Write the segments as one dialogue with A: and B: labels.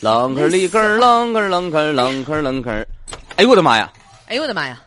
A: 啷个里个啷个啷个啷个啷个，哎呦我的妈呀，
B: 哎呦我的妈呀，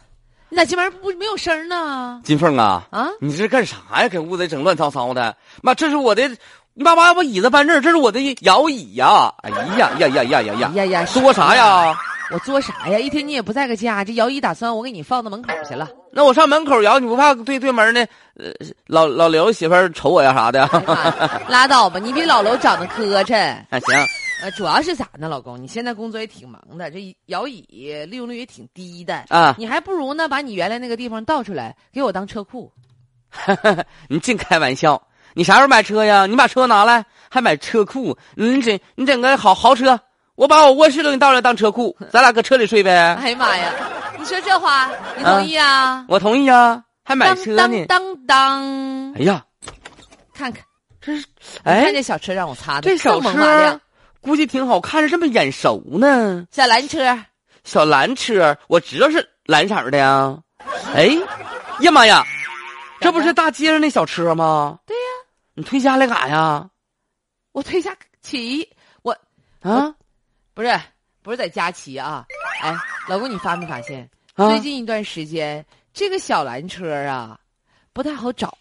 B: 你咋这玩意儿不没有声儿呢？
A: 金凤啊，
B: 啊，
A: 你这干啥呀？给屋子整乱糟糟的，妈，这是我的，你爸妈把椅子搬这儿，这是我的摇椅呀、哎呀呀呀呀哎呀呀，
B: 哎呀呀，
A: 说啥？呀？
B: 我作啥呀？一天你也不在个家，这姚一打算我给你放到门口去了。
A: 那我上门口摇，你不怕对对门那呃老老刘媳妇儿瞅我呀啥的？
B: 哎呀妈呀拉倒吧，你比老楼长得磕碜。
A: 啊行，
B: 呃，主要是咋呢，老公？你现在工作也挺忙的，这摇椅利用率也挺低的
A: 啊
B: 你还不如呢，把你原来那个地方倒出来，给我当车库。
A: 你净开玩笑。你啥时候买车呀？你把车拿来，还买车库？你整你整个好豪车，我把我卧室都给你倒出来当车库，咱俩搁车里睡呗。
B: 哎呀妈呀，你说这话，你同意啊？
A: 我同意啊，还买
B: 当
A: 车呢
B: 当。当当，
A: 哎呀，
B: 看看，
A: 这是
B: 你看
A: 哎，
B: 这小车让我擦的，
A: 这小
B: 锃蒙瓦亮
A: 车，估计挺好看着，这么眼熟呢。
B: 小蓝车，
A: 小蓝车，我知道是蓝色的呀。哎，呀妈呀，这不是大街上那小车吗？
B: 对
A: 呀、你推家来干啥呀？
B: 我退下骑，我
A: 啊
B: 不是不是在家骑啊。哎，老公，你发没发现、
A: 啊！
B: 最近一段时间这个小蓝车啊不太好找，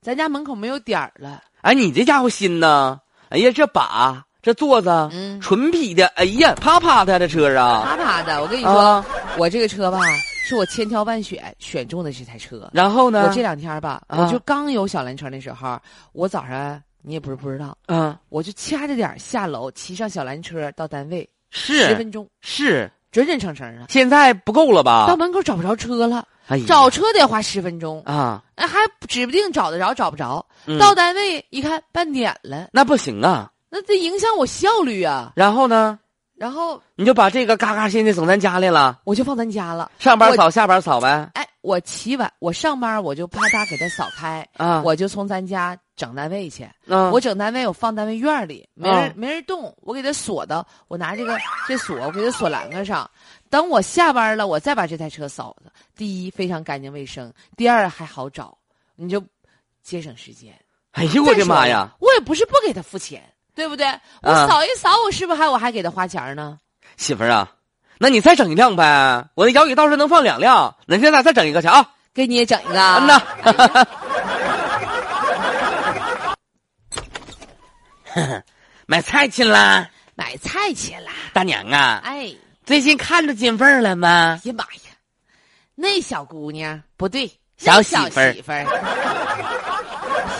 B: 咱家门口没有点儿了。
A: 哎，你这家伙新呐！哎呀，这把这座子，
B: 嗯
A: 纯皮的，哎呀，啪啪的这车啊！
B: 啪啪的，我跟你说，
A: 啊，
B: 我这个车吧，是我千挑万选选中的这台车。
A: 然后呢？
B: 我这两天吧，
A: 嗯啊
B: 我就刚有小蓝车那时候，我早上你也不是不知道，
A: 啊
B: 我就掐着点儿下楼，骑上小蓝车到单位，十
A: 是
B: 分钟，
A: 是，
B: 准准成成的。
A: 现在不够了吧
B: 到？门口找不着车了，
A: 啊哎呀
B: 找车得花十分钟，
A: 啊，
B: 哎，还指不定找得着找不着。
A: 嗯
B: 到单位一看半点了，
A: 那不行啊。
B: 那这影响我效率啊。
A: 然后呢，
B: 然后
A: 你就把这个嘎嘎现在整咱家来了，
B: 我就放咱家了，
A: 上班
B: 我
A: 扫，下班扫呗。
B: 哎，我骑完我上班我就啪嗒给它扫开，
A: 啊，
B: 我就从咱家整单位去。
A: 嗯
B: 我整单位，我放单位院里，没人、
A: 嗯
B: 没人动，我给它锁到，我拿这个这锁，我给它锁栏杆上。等我下班了，我再把这台车扫了。第一，非常干净卫生；第二，还好找，你就节省时间。
A: 哎呦我的妈呀！！
B: 我也不是不给他付钱，对不对？我
A: 啊
B: 扫一扫，我是不是还我还给他花钱呢？
A: 媳妇儿啊，那你再整一辆呗，我那摇椅倒是能放两辆，那现在再整一个去啊！
B: 给你也整一个。
A: 嗯 呐，买菜去啦，
B: 买菜去了。
A: 大娘啊，
B: 哎
A: 最近看着金凤了吗？
B: 呀妈呀，那小姑娘不对，
A: 小
B: 那
A: 媳
B: 小
A: 妇儿
B: 媳妇儿。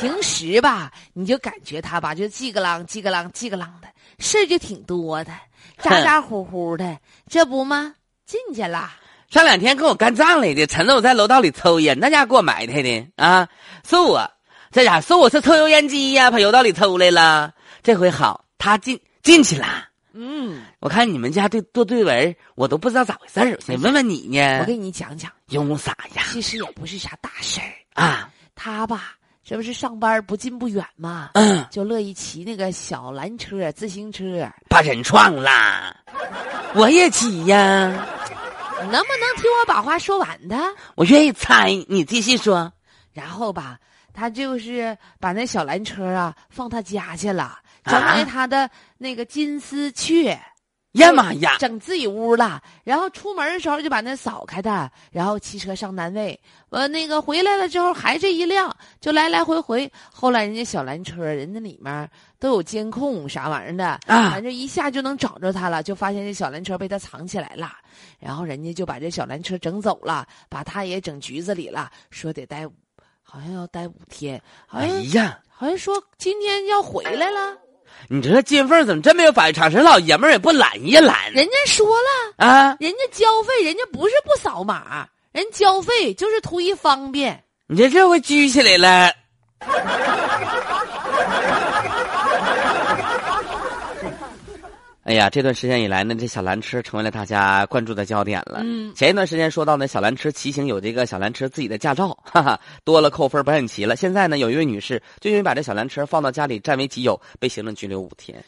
B: 平时吧，你就感觉她吧，就叽个啷叽个啷叽个啷的事儿就挺多的，咋咋呼呼的。这不吗？进去了，
A: 上两天跟我干仗来的，晨子我在楼道里抽烟，那家给我埋汰的啊，说我这家说我是抽油烟机呀、跑楼道里抽来了。这回好，他进进去了。
B: 嗯，
A: 我看你们家对做对文儿，我都不知道咋回事儿，我想问问你
B: 我
A: 呢，
B: 给你讲讲，
A: 用啥呀？
B: 其实也不是啥大事儿。
A: 啊，
B: 他吧，这不是上班不近不远嘛，
A: 嗯，
B: 就乐意骑那个小蓝车、自行车。
A: 把人撞啦，我也骑呀，
B: 你能不能听我把话说完的？
A: 我愿意猜，你继续说。
B: 然后吧，他就是把那小蓝车啊放他家去了，整
A: 啊
B: 来他的那个金丝雀，
A: 呀妈呀，
B: 整自己屋了。然后出门的时候就把那扫开的，然后骑车上单位。呃，那个回来了之后还这一辆，就来来回回。后来人家小蓝车，人家里面都有监控啥玩意儿的，
A: 啊
B: 反正一下就能找着他了。就发现这小蓝车被他藏起来了，然后人家就把这小蓝车整走了，把他也整局子里了，说得待五，好像要待五天，好
A: 哎
B: 像、
A: 呀，
B: 好像说今天要回来了。
A: 你这金凤怎么真没有反应常识？老爷们儿也不懒也懒
B: 人家说了。
A: 啊！
B: 人家交费，人家不是不扫码，人交费就是图一方便。
A: 你这这回拘起来了，哎呀，这段时间以来呢，这小蓝车成为了大家关注的焦点了。
B: 嗯，
A: 前一段时间说到呢，小蓝车骑行有这个小蓝车 自己的驾照，哈哈，多了扣分不让你骑了。现在呢，有一位女士就因为把这小蓝车放到家里占为己有，被行政拘留五天。